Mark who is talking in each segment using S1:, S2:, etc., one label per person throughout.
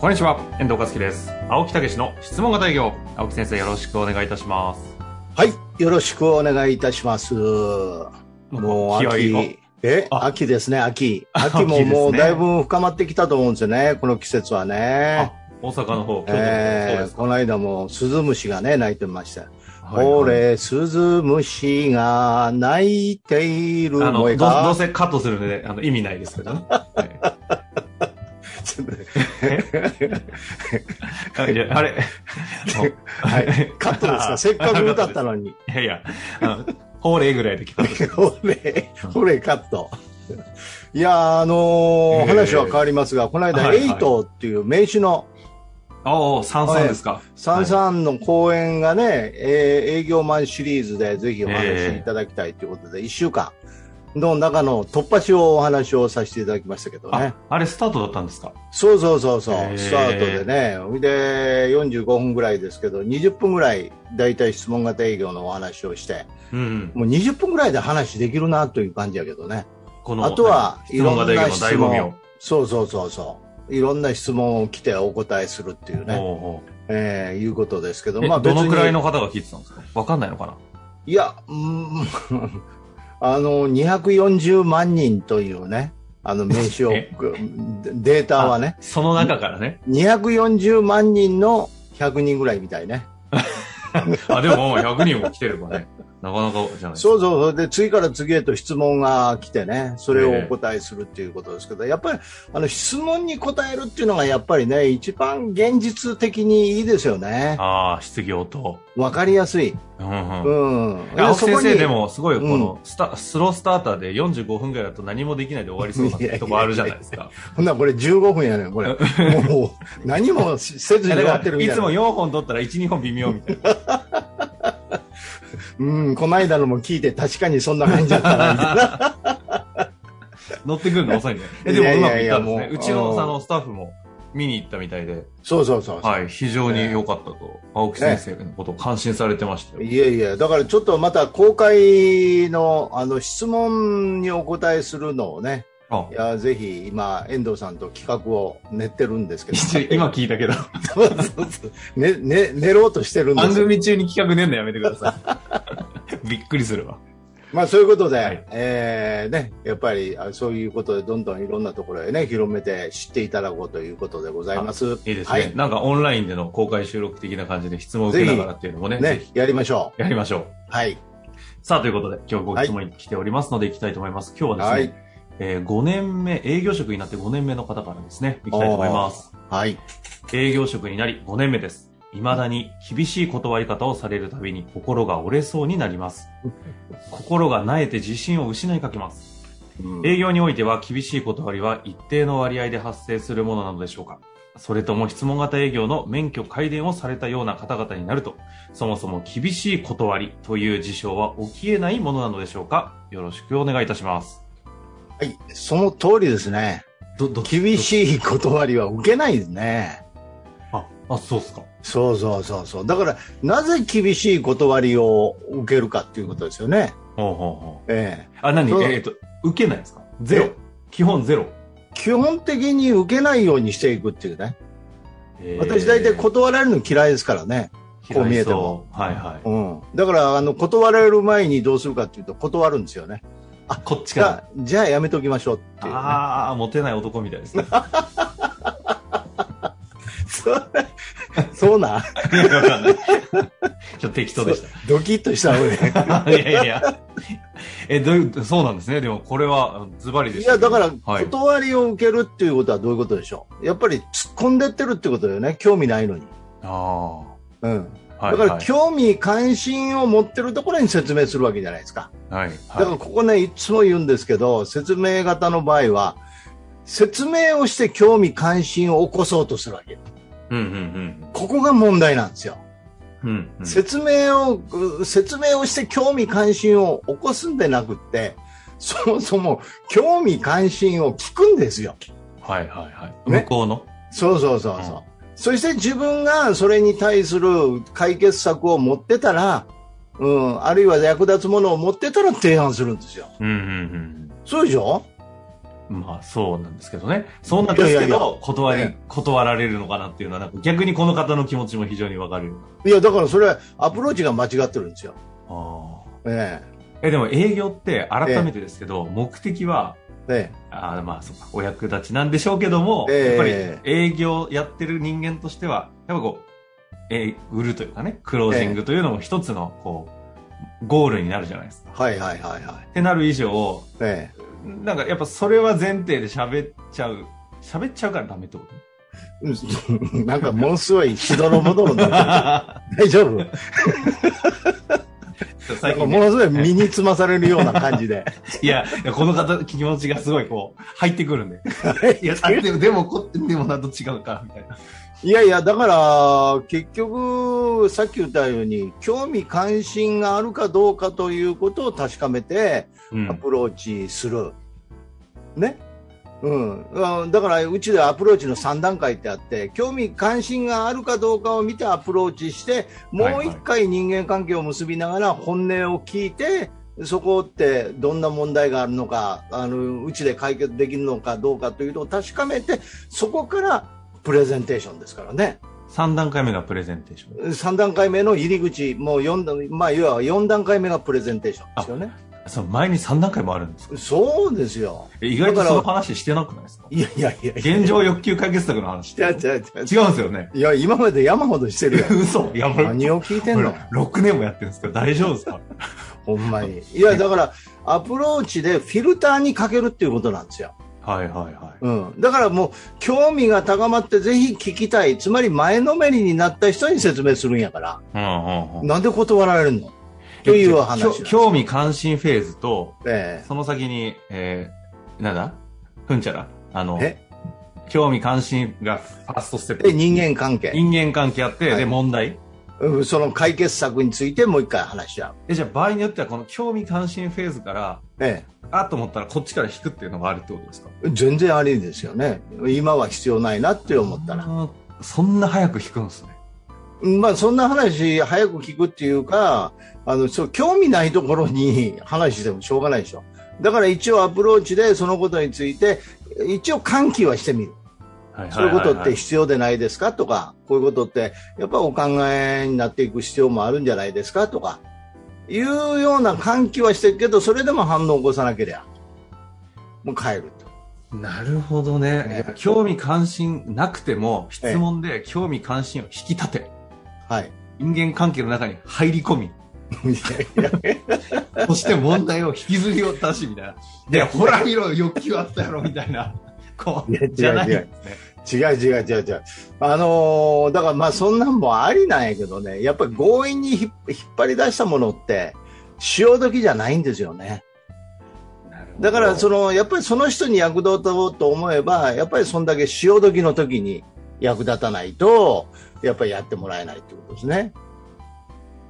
S1: こんにちは、遠藤和樹です。青木武の質問型営業。青木先生、よろしくお願いいたします。
S2: はい、よろしくお願いいたします。もう
S1: 気合いが
S2: 秋、え、
S1: あ
S2: 秋ですね、秋。秋
S1: 秋
S2: も
S1: ですね
S2: もうだいぶ深まってきたと思うんですよね、この季節はね。
S1: 大阪の方、京都の方、そう
S2: え
S1: で
S2: ー
S1: す
S2: この間もスズムシがね、鳴いてました。
S1: はいはい
S2: ほれ、スズムシが鳴いている
S1: あの
S2: も
S1: ど、
S2: え
S1: どう
S2: か。
S1: せカットするんで、あの意味ないですけ どね。はいい やあれ、
S2: はい、カットですか、せっかく歌ったのに。
S1: いやいや、あのほうれいぐらいで来た。
S2: ほ れ、ほれ、カット。いやー、あのー
S1: えー
S2: 話は変わりますが、この間、
S1: はいはい
S2: エイトっていう名刺の
S1: おお、三三ですか。
S2: サンサンの公演がね、えー営業マンシリーズでぜひお話しいただきたいということで、1週間の中の突破しをお話をさせていただきましたけどね
S1: あ。、あれスタートだったんですか。
S2: そうそうそうそう、
S1: へー
S2: スタートでね。ほいで、45分ぐらいですけど、20分ぐらい、だいたい質問型営業のお話をして、
S1: うん。
S2: もう20分ぐらいで話できるなという感じやけどね。
S1: この、
S2: あとはい
S1: 質
S2: ろ
S1: 問型
S2: ん
S1: 営業
S2: な
S1: の
S2: 質
S1: 醍醐味を
S2: 問。。そうそうそうそう。いろんな質問を来てお答えするっていうね、
S1: おうおう
S2: えーいうことですけど、
S1: え
S2: まあ
S1: ど
S2: 別
S1: の
S2: に
S1: くらいの方が聞いてたんですかわかんないのかない
S2: や、うーん、 あの、240万人というね、あの名刺を
S1: え、
S2: くデータはね、
S1: その中から ね。
S2: 240万人の100人ぐらいみたいね。
S1: あ、でも、100人も来てればね。なかなかじゃないですか。
S2: そうそうそう。で、次から次へと質問が来てね、それをお答えするっていうことですけど、やっぱり、あの、質問に答えるっていうのが、やっぱりね、一番現実的にいいですよね。
S1: ああ、失業と。
S2: わかりやすい。
S1: うんうん。
S2: うん。
S1: 青木
S2: そこ
S1: 先
S2: に
S1: 生でもすごいこ
S2: う
S1: のスタ、スロースターターで45分ぐらいだと何もできないで終わりそう
S2: いやい
S1: な
S2: や
S1: とこあるじゃないですか。
S2: ほんならこれ15分やねん、これ。もう、何もせず に
S1: いや
S2: 終わ
S1: だ
S2: って
S1: か
S2: る
S1: ら
S2: み
S1: い
S2: たい
S1: つ
S2: な
S1: も。4本取ったら1、2本微妙みたいな。
S2: うん、この間のも聞いて確かにそんな感じだっ たなみたいな。
S1: 乗ってくるの遅いんだよ。え、でもうまくいったんです
S2: いやいや
S1: ね。
S2: いやもう
S1: うちの
S2: うん
S1: あのスタッフも見に行ったみたいで、
S2: そうそうそうそう。
S1: はい、非常に良かったと、青木先生のことを感心されてましたよ。
S2: いやいや、だからちょっとまた公開のあの質問にお答えするのをね、
S1: あ
S2: いやぜひ今、遠藤さんと企画を練ってるんですけ ど、
S1: 一今聞いたけど、
S2: そうそうそうねね、練ろうとしてるんで
S1: 番
S2: すよ
S1: 組中に企画ねんのやめてくださ い。びっくりするわ。
S2: まあそういうことで、
S1: はい
S2: えーね、やっぱりあそういうことでどんどんいろんなところへね、広めて知っていただこうということでございます。
S1: いいです
S2: は
S1: ね。なんかオンラインでの公開収録的な感じで質問を受けながらっていうのもね、
S2: ね
S1: ぜ、
S2: やりましょ
S1: ひやりましょう。
S2: う。はい。
S1: さあ、ということで、今日ご質問に来ておりますので、行きたいと思います。今日は
S2: は
S1: です
S2: い
S1: ね、。えー5年目、営業職になって5年目の方からですね、行きたいと思います。
S2: はい。
S1: 営業職になり5年目です。未だに厳しい断り方をされるたびに心が折れそうになります。心が萎えて自信を失いかけます。
S2: うん
S1: 営業においては厳しい断りは一定の割合で発生するものなのでしょうかそれとも質問型営業の免許改伝をされたような方々になると、そもそも厳しい断りという事象は起きえないものなのでしょうかよろしくお願いいたします。
S2: はい、その通りですね。
S1: ど、ど
S2: 厳しい断りは受けないですね。
S1: あ、あ、そうっすか。
S2: そうそうそうそう。だから、なぜ厳しい断りを受けるかっていうことですよね。
S1: ほうほうほう。
S2: ええ。
S1: あ、何
S2: そう
S1: えっと、受けないですかゼロ
S2: え。
S1: 基本ゼロ。
S2: 基本的に受けないようにしていくっていうね。
S1: えー
S2: 私大体断られるの嫌いですからね。こう見えても。
S1: 嫌いそうはいはい。
S2: うん。だから、あの、断られる前にどうするかっていうと、断るんですよね。
S1: こっち
S2: じ
S1: から。
S2: ゃあ、じゃあやめときましょうっていう、ね。
S1: ああ、モテない男みたい ですね。
S2: そうそうなん。
S1: いやわかんないちょっと適当でした。
S2: ドキッとしたのね。
S1: い やいやいや。え、どういう、そうなんですね。でも、これは、ズバリで
S2: い
S1: した
S2: や、
S1: けど。
S2: だから、
S1: はい。
S2: 断りを受けるっていうことはどういうことでしょう。やっぱり突っ込んでってるってことだよね。興味ないのに。
S1: ああ。は
S2: うん。
S1: い。
S2: だから、
S1: はい
S2: 興味関心を持ってるところに説明するわけじゃないですか。
S1: はい。
S2: だから、ここね、いつも言うんですけど、説明型の場合は、説明をして興味関心を起こそうとするわけ。
S1: うんうん
S2: ここが問題なんですよ。
S1: うん。うんうん
S2: 説明を、う説明をして興味関心を起こすんでなくって、そもそも興味関心を聞くんですよ。
S1: はいはいはい。
S2: ね
S1: 向こうの。
S2: そうそうそうそう。そして自分がそれに対する解決策を持ってたら、うん、あるいは役立つものを持ってたら提案するんですよ。
S1: うんうん
S2: そうでしょ
S1: うん。まあそうなんですけどね。そうなんですけど、
S2: いやいやい
S1: 断り、
S2: ね
S1: 断られるのかなっていうのは、なんか逆にこの方の気持ちも非常にわかるよ
S2: いや、だからそれはアプローチが間違ってるんですよ。
S1: うな。ああ。
S2: え
S1: え、でも営業って改めてですけど、目的は、
S2: ええ
S1: あーまあそうか、お役立ちなんでしょうけども、
S2: ええ
S1: やっぱり営業やってる人間としては、やっぱこう、えー売るというかね、クロージングというのも一つの、こう、ゴールになるじゃないですか。
S2: えはいはいはいはい。
S1: ってなる以上、
S2: え
S1: なんかやっぱそれは前提で喋っちゃう。喋っちゃうからダメってこと
S2: えうん なんかものすごいしどろもどろになってる。大丈
S1: ち
S2: 夫
S1: ょっと
S2: なん
S1: 最近
S2: かも
S1: ね、
S2: のすごい身につまされるような感じで。
S1: いや、いやこの方、気持ちがすごいこう、入ってくるんで。 いや、あれでも、でも、こでもなんと違うか、みたいな。
S2: いやいや、だから、結局、さっき言ったように、興味関心があるかどうかということを確かめて、
S1: う
S2: ア
S1: ん。
S2: プローチする。ね。うん、だからうちではアプローチの3段階ってあって興味関心があるかどうかを見てアプローチしてもう
S1: はいはい
S2: 1回人間関係を結びながら本音を聞いてそこってどんな問題があるのかあのうちで解決できるのかどうかというのを確かめてそこからプレゼンテーションですからね
S1: 3段階目がプレゼンテーション。
S2: 3段階目の入り口もう4段、まあ、いわば4段階目がプレゼンテーションですよね
S1: その前に3段階もあるんですか
S2: そうですよ
S1: え意外と
S2: だから
S1: その話してなくないですか
S2: いやいやいやいや
S1: 現状欲求解決策の話。
S2: 違う
S1: 違うんで
S2: 違う違う
S1: すよね。。
S2: いや、今まで山 ほどしてるよ
S1: 嘘。いや、これ、
S2: 何を聞いてんの
S1: 6年もやってるんですけど、大丈夫ですか
S2: ほんまに。いや、だから、アプローチでフィルターにかけるっていうことなんですよ。
S1: はいはいは
S2: うん。だからもう、興味が高まってぜひ聞きたい。つまり前のめりになった人に説明するんやから。
S1: い。うんうんうん。
S2: なんで断られるのという話なんで
S1: き
S2: す
S1: ょ興味関心フェーズと、
S2: え
S1: その先に、えー、なんだふんちゃらあの
S2: え、
S1: 興味関心がファーストステッ
S2: え
S1: プ
S2: で、。人間関係。
S1: 人間関係あって、
S2: はい
S1: で、問題。
S2: うんその解決策についてもう一回話し合う。
S1: え、じゃあ場合によっては、この興味関心フェーズから、
S2: え
S1: あっと思ったらこっちから引くっていうのがあるってことですか
S2: え。全然ありですよね。今は必要ないなって思ったら。
S1: あーそんな早く引くんですね。
S2: まあ、そんな話、早く聞くっていうか、あの、そう、興味ないところに 話してもしょうがないでしょ。だから一応アプローチでそのことについて、一応喚起はしてみる。
S1: はい
S2: そういうことって必要でないですかとか、こういうことって、やっぱお考えになっていく必要もあるんじゃないですかとか、いうような喚起はしてるけど、それでも反応を起こさなければ、もう帰ると。
S1: なるほど
S2: ええ
S1: ね。やっぱ興味関心なくても、質問で興味関心を引き立て、
S2: はい。
S1: 人間関係の中に入り込み、
S2: いやいや
S1: そして問題を引きずり落とし、みたい な。で、ほら見ろ、欲求あったやろ、みたいな。 こ
S2: いや違
S1: う、
S2: う
S1: じゃない
S2: 違
S1: です
S2: う
S1: ね。
S2: 違う違う違う違う。あのーだからまあそんなんもありなんやけどね、やっぱり強引にひっ引っ張り出したものって、潮時じゃないんですよね。だからそ
S1: の、
S2: の、やっぱりその人に役立とうと思えば、やっぱりそんだけ潮時の時に役立たないと、やっぱりやってもらえないってことですね。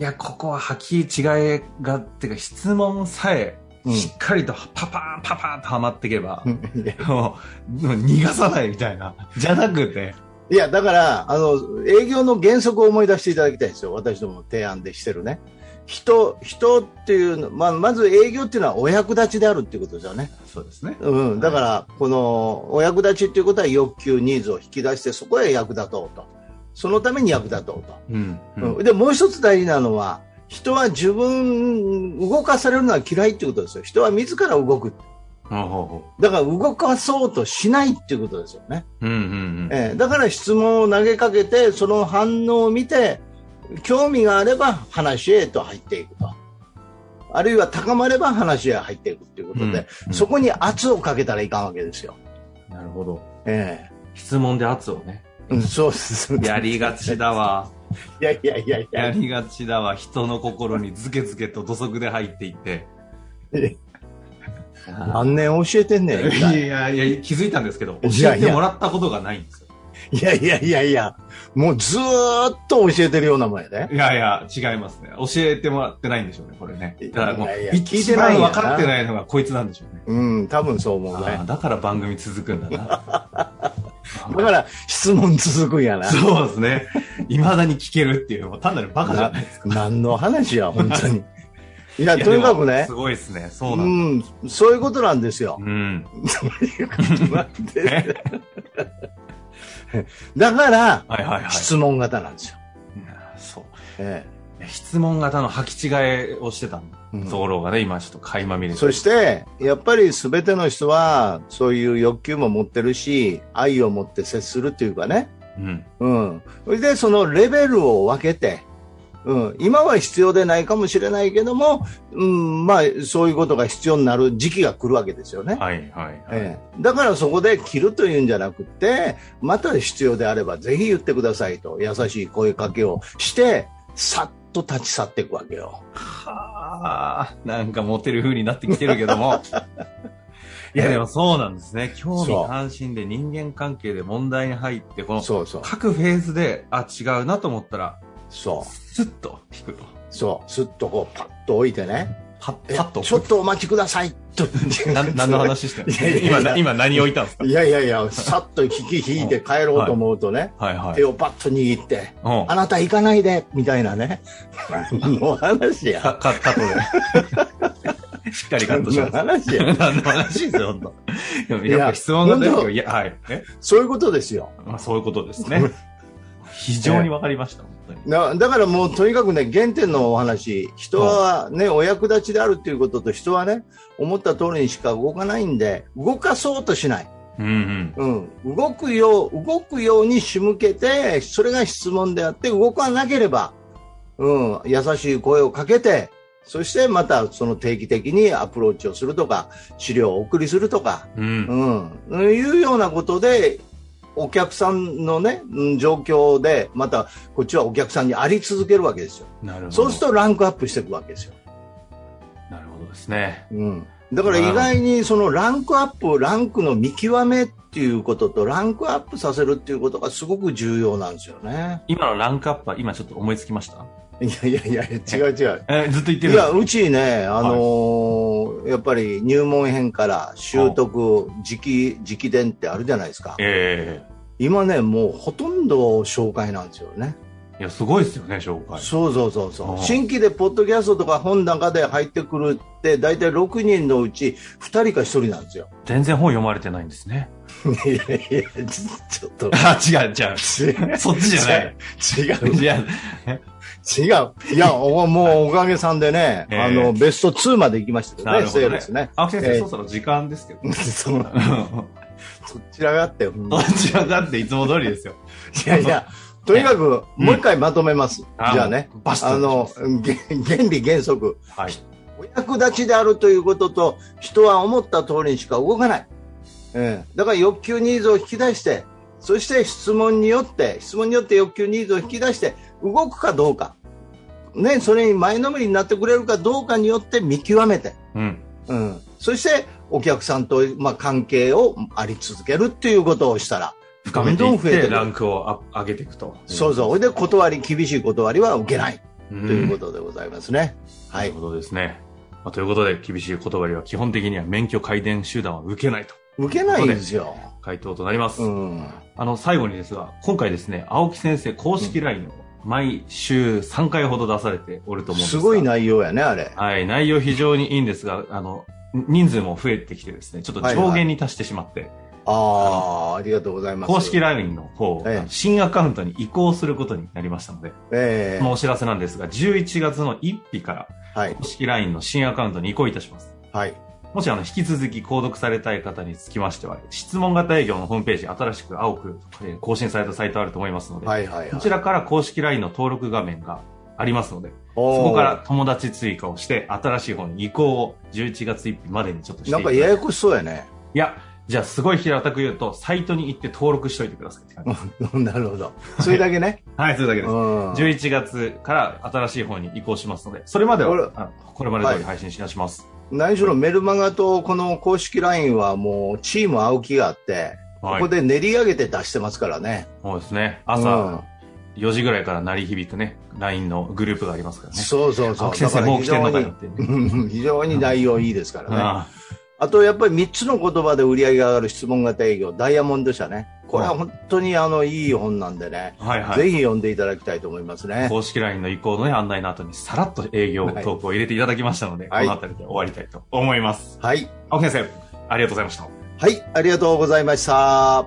S1: いや、ここははっきり違いが、ってか質問さえ、
S2: うん
S1: しっかりとパパーン、パパーンとはまっていけば、
S2: いや
S1: もう、もう逃がさないみたいな。じゃなくて、
S2: いや、だから、あの、営業の原則を思い出していただきたいんですよ。私どもの提案でしてるね。人、人っていうの、まあ、まず営業っていうのはお役立ちであるっていうことですよね。
S1: そうですね。
S2: うん、だから、このお役立ちっていうことは欲求、ニーズを引き出して、そこへ役立とうと、そのために役立とうと、
S1: うん。
S2: うんでもう一つ大事なのは、人は自分、動かされるのは嫌いっていうことですよ、人は自ら動く、
S1: ほうほうほ
S2: だから動かそうとしないっていうことですよね、
S1: う。うんうんうん。
S2: ええだから質問を投げかけて、その反応を見て、興味があれば話へと入っていくと。あるいは高まれば話へ入っていくということで、
S1: うん
S2: そこに圧をかけたらいかんわけですよ。
S1: なるほど。
S2: ええ
S1: 質問で圧をね。
S2: うん、そうです。
S1: やりがちだわ。
S2: いやいやいやい
S1: や
S2: や。
S1: りがちだわ。人の心にズケズケと土足で入っていって。
S2: 何年教えてんねん。
S1: いやいやいや、気づいたんですけど、
S2: い
S1: 教
S2: やいや
S1: えてもらったことがないんですよ。
S2: いやいやいやいや、もうずーっと教えてるようなもんやで。
S1: いやいや、違いますね。教えてもらってないんでしょうね、これね。だからも
S2: いやいや
S1: う、
S2: 聞い
S1: 一
S2: てな
S1: 番
S2: いんやな
S1: 分かってないのがこいつなんでしょうね。
S2: うん、多分そう思う
S1: あ
S2: ね
S1: ー。だから番組続くんだな。
S2: だから質問続くんや な。
S1: そうですね。未だに聞けるっていう、もう単なるバカじゃないですか。
S2: 何の話や、本 当に。いや、
S1: いや
S2: とにかく
S1: でも
S2: ね
S1: す、ごいですね。そう
S2: う
S1: なんだ。
S2: ん、そういうことなんで すよ。
S1: うん。
S2: だから、
S1: はいはいはい。
S2: 質問型なんですよ。
S1: そう。
S2: え
S1: 質問型の履き違えをしてた
S2: えうん
S1: ところがね、今ちょっと垣間見れて。
S2: そして、やっぱり全ての人は、そういう欲求も持ってるし、愛を持って接するっていうかね。
S1: うん。
S2: うん。それで、そのレベルを分けて、うん、今は必要でないかもしれないけども、うん、まあ、そういうことが必要になる時期が来るわけですよね。
S1: はいはいはい。
S2: ええ、だからそこで切るというんじゃなくて、また必要であればぜひ言ってくださいと、優しい声かけをして、さっと立ち去っていくわけよ。
S1: はあ、なんかモテる風になってきてるけど も。いやでもそうなんですね。興味
S2: そう
S1: 関心で人間関係で問題に入って、この
S2: そうそう。
S1: 各フェーズで、あ、違うなと思ったら、
S2: そう。
S1: スッと引くと。
S2: そう。すっとこう、パッと置いてね。
S1: パッ
S2: え
S1: パッと。
S2: ちょっとお待ちくださいと。
S1: な何の話してんの
S2: いやいやいや
S1: 今な、今何を置いたんですか
S2: いやいやいや、さっと引き引いて帰ろうと思うとね、
S1: はいはい。
S2: 手をパッと握って、
S1: うん
S2: あ。なた行かないで、みたいなね。 何の話 や。
S1: か、か、カット で。しっかりカットしま
S2: 何
S1: す
S2: の。話や。
S1: 何の話ですよ、本当。でも
S2: いや
S1: やっぱ質問が出る
S2: 本
S1: よ。
S2: 当
S1: いや、はい。え
S2: そういうことですよ。
S1: まあ、そういうことですね。非常にわかりました、本当に。
S2: だだからもうとにかくね、原点のお話、人はね、お役立ちであるということと、人はね、思った通りにしか動かないんで、動かそうとしない。
S1: うん
S2: うん。動くよう、動くように仕向けて、それが質問であって、動かなければ、うん、優しい声をかけて、そしてまたその定期的にアプローチをするとか、資料をお送りするとか、
S1: うん。うん。
S2: うん、いうようなことで、お客さんのね、うん状況で、また、こっちはお客さんにあり続けるわけですよ。
S1: なるほど。
S2: そうするとランクアップしていくわけですよ。
S1: なるほどですね。
S2: うん。だから意外にそのランクアップ、ランクの見極めっていうことと、ランクアップさせるっていうことがすごく重要なんですよね。
S1: 今のランクアップは今ちょっと思いつきました
S2: いやいやいや、違う違う。
S1: えーずっと言って
S2: い
S1: る。
S2: や、うちね、あのーやっぱり入門編から習得、直、直伝ってあるじゃないですか。
S1: え
S2: 今ね、もうほとんど紹介なんですよね。
S1: えいや、すごいですよね、紹介。
S2: そうそうそうそうう。
S1: ん
S2: 新規でポッドキャストとか本なんかで入ってくるって、大体6人のうち2人か1人なん ですよ。
S1: 全然本読まれてないんですね。
S2: いやいや、ちちょっと。
S1: あ、違う、違
S2: 違う。
S1: う。そっちじゃない。
S2: 違う。
S1: いや、
S2: 違う。いや、おもうおかげさんでね、
S1: ええ
S2: あの、ベスト2まで行きましたけど
S1: な
S2: ね、
S1: るほ
S2: セー
S1: ど
S2: ル
S1: ね
S2: スね。。
S1: 青木先
S2: え
S1: 生、
S2: ー
S1: そろそろ時間ですけど。
S2: そう
S1: うん
S2: そちらがあって、ほん ま
S1: どちらだっていつも通りですよ。
S2: いやいや、とにかく、
S1: うん
S2: もう一回まとめます。
S1: あ
S2: じゃあね
S1: もう。バス
S2: あ
S1: ッとお願い
S2: の、げ原理原則。
S1: はい。
S2: お役立ちであるということと、人は思った通りにしか動かない。ええだから欲求ニーズを引き出して、そして質問によって、質問によって欲求ニーズを引き出して、動くかどうか。ね、それに前のめりになってくれるかどうかによって見極めて、
S1: うん。
S2: うん。そして、お客さんと、まあ、関係をあり続けるっていうことをしたら、
S1: 深めてい
S2: どん
S1: っ
S2: どん増えて
S1: て、
S2: く
S1: ランクをア上げていくと。
S2: そうそう。それで断り、厳しい断りは受けない
S1: うん。
S2: ということでございますね。は
S1: とい。
S2: いう
S1: ことですね。まあということで、厳しい断りは基本的には免許改伝集団は受けないと。
S2: 受けないんですよ。
S1: 回答となります。
S2: うん。
S1: あの、最後にですが、今回ですね、青木先生公式 LINE を毎週3回ほど出されておると思うんです
S2: す
S1: が
S2: ごい。内容やね、あれ。
S1: はい、内容非常にいいんですが、あの、人数も増えてきてですね、ちょっと上限に達してしまって、
S2: ああ、ありがとうございます。
S1: 公式 LINE の方を、
S2: ええ
S1: あの新アカウントに移行することになりましたので、
S2: ええ
S1: このお知らせなんですが、11月の1日から
S2: はい、
S1: 公式 LINE の新アカウントに移行いたします。
S2: はい。
S1: もしあの、引き続き購読されたい方につきましては、質問型営業のホームページ、新しく青くえー更新されたサイトあると思いますので、
S2: はい、はい。
S1: こちらから公式 LINE の登録画面がありますので、そ
S2: そ
S1: こから。友達追加をして、新しい方に移行を11月1日までにちょっとしてい
S2: なんかややこしそうやね。
S1: いや、じゃあすごい平たく言うと、サイトに行って登録しといてくださいって感じ。
S2: なるほど。それだけね。
S1: はい、それだけ
S2: う
S1: です。
S2: ん。
S1: 11月から新しい方に移行しますので、それまでは、
S2: これ
S1: あこれまで通り配信しなします。
S2: 何しろメルマガとこの公式 LINE はもうチーム青木があって、
S1: はい、
S2: ここで練り上げて出してますからね。
S1: そうですね。朝4時ぐらいから鳴り響くね、LINE のグループがありますか
S2: う
S1: ら
S2: ん、
S1: ね。
S2: そうそうそう。
S1: 青木先生
S2: だから
S1: もう来てんのかよっていう
S2: 非
S1: ね。
S2: 常に うん非常に内容いいですからね。
S1: あ
S2: あとやっぱり3つの言葉で売り上げが上がる質問型営業、ダイヤモンド社ね。これは本当にあのいい本なんでね、
S1: あはいはい。
S2: ぜひ読んでいただきたいと思いますね。
S1: 公式 LINE の移行の、ね、案内の後にさらっと営業トークを入れていただきましたので、
S2: はい
S1: この辺りで終わりたいと思います。
S2: はい。
S1: 青木先生、ありがとうございました。
S2: はい、ありがとうございました。